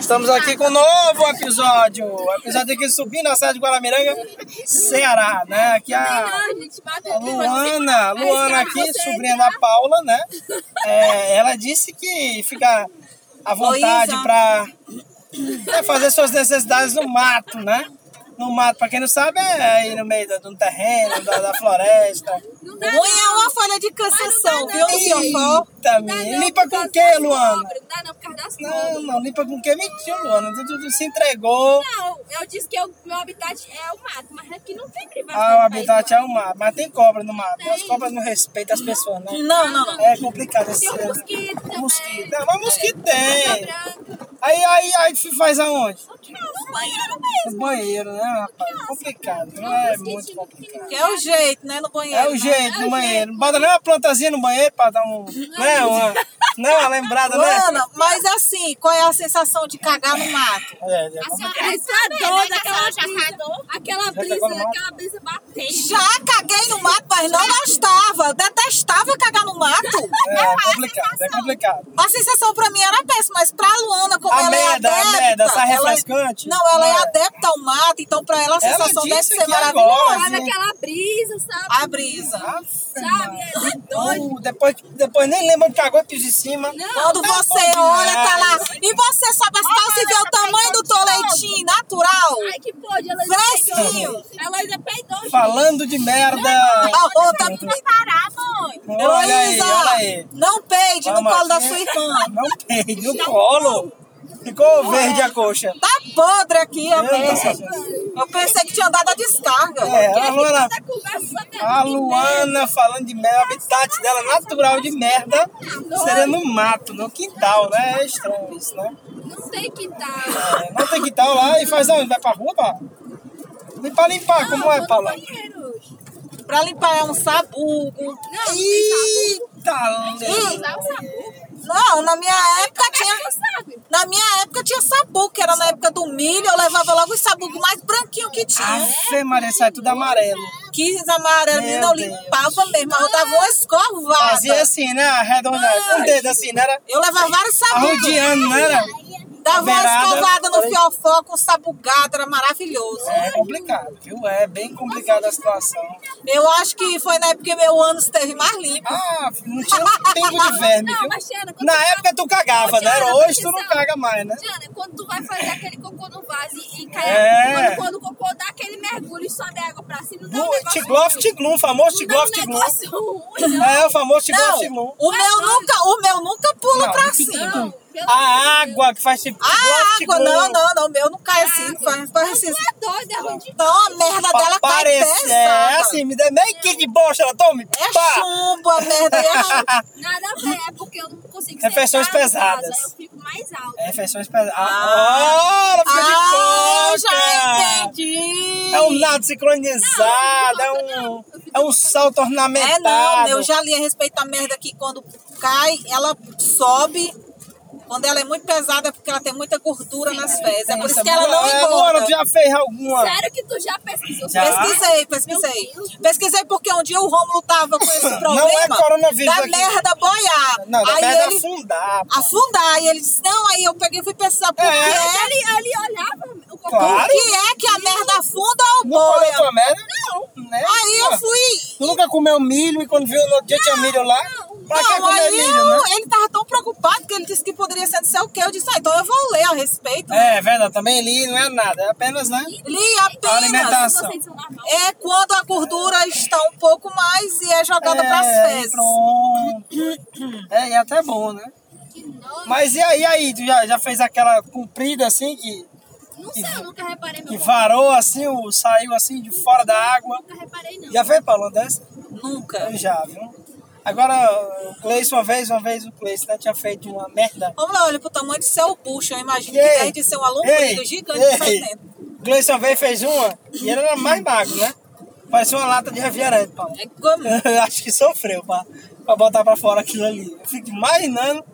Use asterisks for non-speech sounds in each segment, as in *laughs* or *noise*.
Estamos aqui com um novo episódio. Um episódio aqui subindo a Serra de Guaramiranga, Ceará, né? Aqui a Luana, Luana aqui, sobrinha da Paula, né? É, ela disse que fica à vontade para fazer suas necessidades no mato, né? No mato, pra quem não sabe, é aí no meio do, do terreno, da, da floresta. Ruim é uma folha de cassação, viu, seu pau? Eita, menina. Limpa com o quê, Luana? tá Não dá não, por causa das Não, cobras. não, limpa com o quê? Mentiu, Luana. Tu, tu- tu se entregou. Não, eu disse que o meu habitat é o mato, mas aqui não tem privacidade. Ah, o habitat é o mato, mas tem cobra no mato. As cobras não respeitam as pessoas, né? Não, não, não. É complicado esse Tem um mosquito também. um mosquito. Não, mas mosquito tem. branca. Aí, aí, aí faz aonde? O que é? No banheiro mesmo. assim, No banheiro, né, rapaz? Complicado, não é muito complicado. Que é o jeito, né, no É banheiro. o jeito no banheiro. Não bota nem uma plantazinha no banheiro pra dar um. Né, uma, né, uma lembrada, né? Luana, mas assim, qual é a sensação de cagar no mato? É, é A senhora complicado. tá doida, aquela brisa, aquela pegou no brisa, mato? aquela brisa batendo. Já caguei no mato, mas não gostava. Detestava cagar no mato. É complicado, é complicado. A sensação pra mim era péssima, mas pra Luana, como A ela merda, é a adepta... merda, sai ela- refrescante. Não, ela é. É. adepta ao mato, então pra ela a Ela sensação deve disse ser aqui agora. maravilhosa. Sabe aquela brisa, sabe? A brisa. Aff, Sabe? É doido. Tá, Uh, depois, depois nem lembra onde cagou e pis em cima. Quando Tá você bom olha, tá lá. demais. E você sobe as calças e vê o tamanho do toletinho natural. Ai, que pode, ela Fresquinho. Ela ainda peidou. Falando de merda. A outra. parar, mãe. Olha aí, Luísa, olha aí. é. Não peide no Vamos colo da aqui. sua irmã. É. Não tem, no colo. Ficou verde a coxa. Tá podre aqui a Meu Deus merda. do céu. Eu pensei que tinha dado a descarga. É, a Luana, Essa conversa sobre a Luana falando de merda, o habitat dela natural de merda seria no mato, no quintal, né? É estranho isso, né? Não sei que tá. É, não tem quintal lá e faz aonde? Vai pra rua, pá? Limpar, limpar, como é, Paula? Pra limpar é um sabugo. Eita, Ih, lenda. Não, na minha época tinha. sabe? Na minha época tinha sabugo, que era na época do milho, eu levava logo os sabugos mais branquinhos que tinha. Afe, Maria, sai tudo amarelo. Que amarelo, Ah, Meu menina, eu Deus. limpava mesmo, eu dava uma Fazia escovada. assim, né? Arredondado. Um dedo assim, não era? Eu levava vários Tá sabugos. Arrodeando, não era? né? Dava uma Beirada. escovada no fiofó com sabugado, era maravilhoso. É complicado, viu? É bem complicada a situação. Eu acho que foi na época que meu ânus teve mais limpo. Ah, não tinha um pingo de verme, Não, viu? mas Tiana, quando Na tu época tu cagava, né? Tiana, Hoje tu não atenção. caga mais, né? Diana, quando tu vai fazer aquele cocô no vaso e, e cai, É. quando, quando o cocô dá aquele mergulho e sobe a água pra cima, não dá um Bu- negócio Tiglof ruim. Tiglum, Não famoso dá Tiglof um Tiglum. negócio ruim, não. É, o famoso é Não, Tiglof Tiglum. o meu nunca, o meu nunca pula Não, pra não cima. Não, pelo A amor de Deus. água é que faz tipo A água, não, não, não, o meu não É cai assim, faz, faz assim. Tu é doida, é ruim de Não, a merda dela cai Parece, é pesada. assim, me dá meio que de bosta, ela tome. É pá. chumbo, a merda *laughs* é... nada a ver, é porque eu não consigo Refeições sentar no vaso, aí pesadas. Eu fico mais alta. É, feições pesadas. Ah, Ah. ela fica Ah, de coca. já entendi. É um nado sincronizado, é um, é um salto É, ornamentado. não, eu já li a respeito da merda que quando cai, ela sobe. Quando ela é muito pesada, é porque ela tem muita gordura nas fezes. É por isso que ela não É, Luana, tu engorda. já fez alguma? Sério que tu já pesquisou? Já. Pesquisei, pesquisei. Pesquisei porque um dia o Rômulo tava com esse problema é coronavírus da aqui. merda boiar. Não, aí dá merda ele afundar. pô. afundar. E ele disse, não, aí eu peguei e fui pensar, por É. que é? Ele, ele olhava o cocô. Claro. Por que é que a merda afunda ou Não comeu boia? tua merda? Não. Né? Aí Pô, eu fui Tu nunca comeu milho e quando viu no outro dia tinha milho lá? Pra que Não, comer aí milho, eu- né? ele tava tão preocupado que ele disse que poderia ser não sei o que. Eu disse, ah, então eu vou ler a respeito. É, verdade, também li, não é nada, é apenas, né? Li A alimentação. apenas. Vocês são normais. É quando a gordura está um pouco mais e é jogada é, para as fezes. Pronto. É, e até bom, né? Mas e aí, aí, tu já, já fez aquela comprida assim, que, Não sei, eu nunca reparei meu que cocô. varou assim, o, saiu assim de fora da água? Nunca reparei, não. Já fez, Paulo, dessa? Nunca. Eu já, viu? Agora, o Cleice, uma vez, uma vez o Cleice né, tinha feito uma merda. Vamos lá, olha pro tamanho de seu bucho. Eu imagino Ei, que deve de ser uma lombriga ei, gigante ei. pra dentro. O Cleice uma vez fez uma e ele era mais magro, né? Parecia uma lata de refrigerante, Paulo. É *laughs* como... Eu acho que sofreu pra, pra botar pra fora aquilo ali. Eu fico imaginando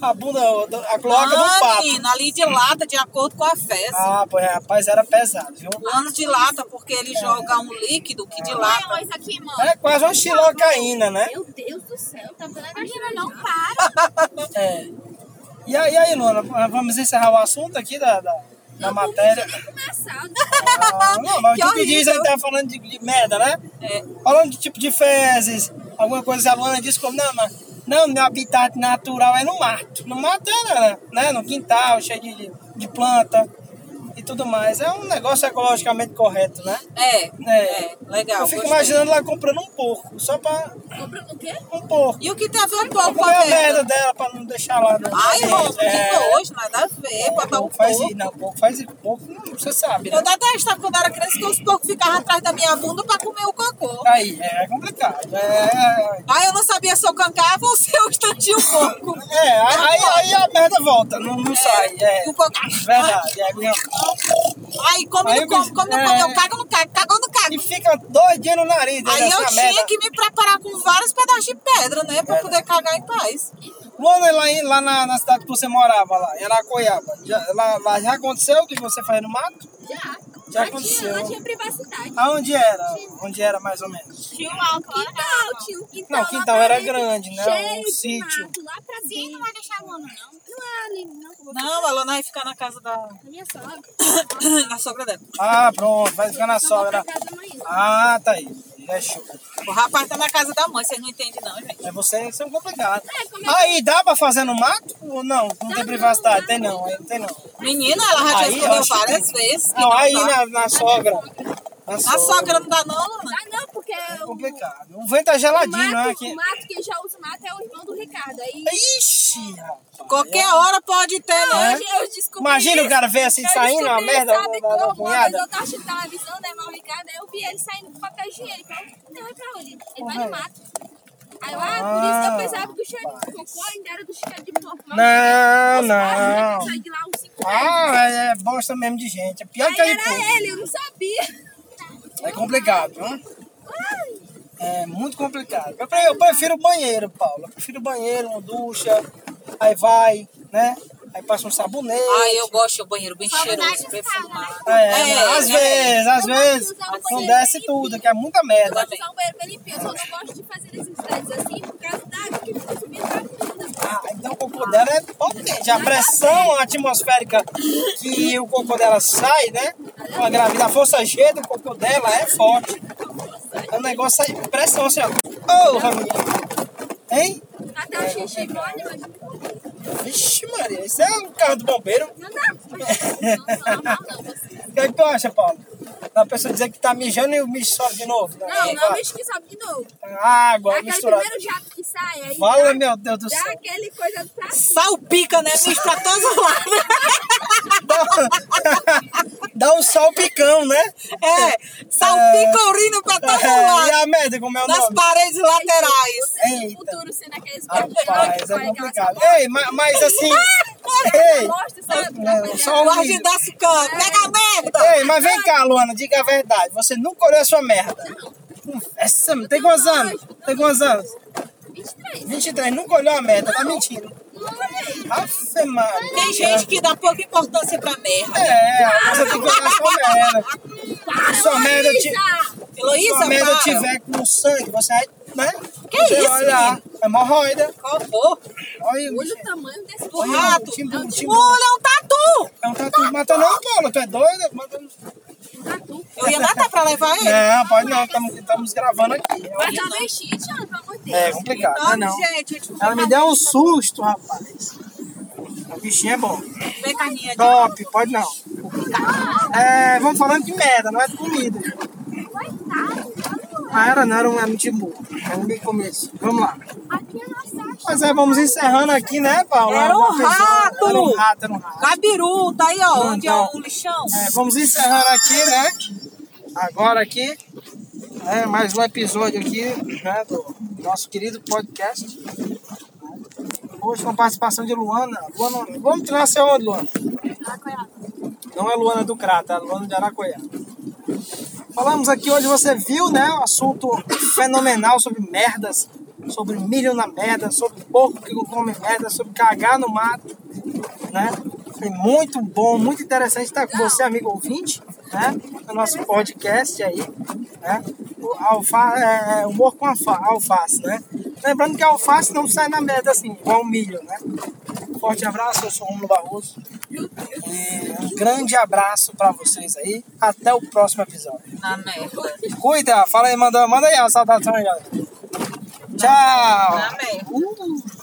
a bunda, a cloaca do Ah, papo. menina, ali de lata, de acordo com a fezes. Ah, pois rapaz, era pesado, viu? O ano dilata porque ele joga um líquido que Olha, dilata. olha isso aqui, mano. É quase uma xilocaína, né? Ah, Meu Deus do céu, tá dando Imagina, não para. É. E aí, e aí, Luana, vamos encerrar o assunto aqui da, da, da matéria. *laughs* Engraçado. Ah, não, mas *laughs* Que o que, que diz horrível. aí tá falando de, de merda, né? É. Falando de tipo de fezes, alguma coisa, a Luana disse como, não, mas não, meu habitat natural é no mato. No mato é, né, né? No quintal, cheio de, de, de planta e tudo mais. É um negócio ecologicamente correto, né? É, É. é, legal. Eu fico gostei. imaginando ela comprando um porco, só pra. Comprando o quê? um porco. E o que tem a ver Pra um pouco com comer a a merda merda? dela, pra não deixar lá. né? Ai, Rô, É. que nojo, nada a ver, botar um Pouco faz pouco. não, pouco faz pouco, não, você sabe, né? Eu um detestava quando era criança que os porcos ficavam atrás da minha bunda pra comer o cocô. Aí, é complicado. É, Aí eu não sabia se eu cancava ou se eu estantia o porco. é aí, aí a merda volta, não, não sai. É, O porco... verdade. É, não. Aí come, Aí não o come, bicho- come, não é. come, eu cago, não cago, cago, não E cago. fica dois dias no nariz né, Aí eu dessa tinha merda. que me preparar com vários pedaços de pedra, né? Pra Era. poder cagar em paz. Luana, lá, em- lá na, na cidade que você morava, lá, em Aracoiaba, já, lá, lá já aconteceu o que você faz no mato? Já. Já Não tinha, aconteceu. não tinha privacidade. Aonde era? Onde era mais ou menos? Tinha um quintal, tinha um quintal. Não, o quintal lá era pra dentro, grande, né? Cheio Um de sítio. mato, lá pra dentro. não vai deixar a mão, não. Não, ali, não. que eu vou Não, ela não ia ficar na casa da... *clears throat* pra minha sogra. na sogra dela. Ah, pronto, vai ficar na Só vou pra sogra. casa amanhã. Ah, tá aí. É show. O rapaz tá na casa da mãe, vocês não entendem não, gente. É vocês são complicados. É, como é que- Aí dá pra fazer no mato ou não? Não Dá tem não, privacidade, dá tem não, aí não tem não. Menina, ela já Aí, eu respondeu acho que- várias vezes. que Não, aí né? dá. na, na sogra. Na A sogra não dá não, Luna? Ah, não, porque É o, complicado. O vento é o, geladinho, né? É mato, Aqui. o mato, quem já usa o mato é o irmão do Ricardo. Aí Ixi, rapaz. Qualquer hora pode ter, né? É. hoje eu descobri Imagina o cara ver assim, Eu saindo uma descobri, merda da, Sabe da, como? da Uma vez punhada. eu tava chutando a visão da irmã Ricardo, aí eu vi ele saindo com papel higiênico. Aí Eu, não, vai pra onde? Ele vai Porra. no mato. Aí eu, ah, por isso que eu pensava que o cheiro de cocô ainda era do cheiro de porco. mas Não, os pais, né, não. saem de lá uns cinco metros. Ah, é, é bosta mesmo de gente. É pior que Aí aí, era pô. ele, eu não sabia. É complicado, né? É muito complicado. Eu pre- Eu prefiro o banheiro, Paulo. Eu prefiro o banheiro, uma ducha, aí vai, né? Aí passa um sabonete. Ai, eu gosto do banheiro bem Saudade cheiroso, de perfumado. né? É, às vezes, às Eu gosto um de vezes. usar o Não banheiro desce bem tudo, que é muita merda. também. Só um banheiro bem limpinho, eu só não gosto de fazer necessidades assim por causa da água que fica subindo pra bunda. Ah, então o cocô dela é potente. A pressão atmosférica que o cocô dela sai, né? Com a gravidade, a força G do cocô dela é forte. É um negócio aí, pressão assim, ó. Ô, Ramiro. Hein? Até o xixi mole, mas não Vixe, Maria, isso é o carro do bombeiro. não dá. Não, não, normal não. você- O que, é que tu acha, Paulo? A pessoa dizer que tá mijando e o mijo sobe de novo. né? Não, não mexe que sobe de novo. Água Aquele misturada. primeiro jato que sai aí. Fala, dá- meu Deus do Dá céu. aquele coisa pra cima. Salpica, né? Bicho pra todos *laughs* os lados. Dá um salpicão, né? É, salpica urina pra Tá todos os É, *laughs* e lados. a merda, como é o Nas nome? paredes laterais. Você no Eita. é futuro sendo aqueles Rapaz, é vai complicado. aquela- Ei, ma- *laughs* mas assim. Ah! Aquela ei, bosta, sabe? não, Pra só fazer- um- É. Guarde da sucã, pega a merda. ei, mas vem cá, Luana, diga a verdade. Você nunca olhou a sua merda. Essa, tem quantos anos? Tem quantos anos? 23. 23, nunca olhou a merda, tá mentindo. Não olhei. Afe, Maria. Tem gente que dá pouca importância pra merda. É, você tem que olhar a sua merda. Para, Sua merda te- Luísa! Se Heloísa, a merda para. tiver com sangue, você vai. Né? Que você isso, Olha, é hemorroida. Qual for? Olha o Olha bicho. o tamanho desse Do Olha, porra. rato. timbu, Olha, timbu. é um tatu. É um tatu. Mata não, Paulo, tu é doida? Mata não. Tatu. Eu ia matar pra levar ele. Não, pode não, estamos gravando aqui. Mas tá meio cheio, Tiago, pelo amor de Deus. É complicado, né? Ai, Não. gente, eu te Ela me deu um susto, rapaz. O bichinho é bom. Vem carninha de... Top, pode não. É, vamos falando de merda, não é de comida. Coitado. olha. Ah, era não, era um, era um timbu. Era um bico começo. Vamos lá. Aqui é nossa Mas é, vamos encerrando aqui, né, Paulo? Era um Uma pessoa- rato! Era um rato, era um rato. Gabiru, tá aí, ó, Não, onde não. é o lixão. É, vamos encerrando aqui, né? Agora aqui, né? mais um episódio aqui né? do nosso querido podcast. Hoje com a participação de Luana. Luana vamos tirar seu onde, Luana? Não é Luana do Crata, é Luana de Aracoiá. Falamos aqui hoje, você viu, né? Um assunto fenomenal sobre merdas, sobre milho na merda, sobre porco que come merda, sobre cagar no mato, né? Foi muito bom, muito interessante estar com você, amigo ouvinte, né? No nosso podcast aí, né? O alfa, é, humor com alfa, alface, né? Lembrando que a alface não sai na merda assim, igual o é um milho, né? Forte abraço, eu sou o Romulo Barroso. E um grande abraço pra vocês aí. Até o próximo episódio. Na merda. Cuida, fala aí, manda, manda aí a saudação aí, galera. Tchau! Na merda. Uh.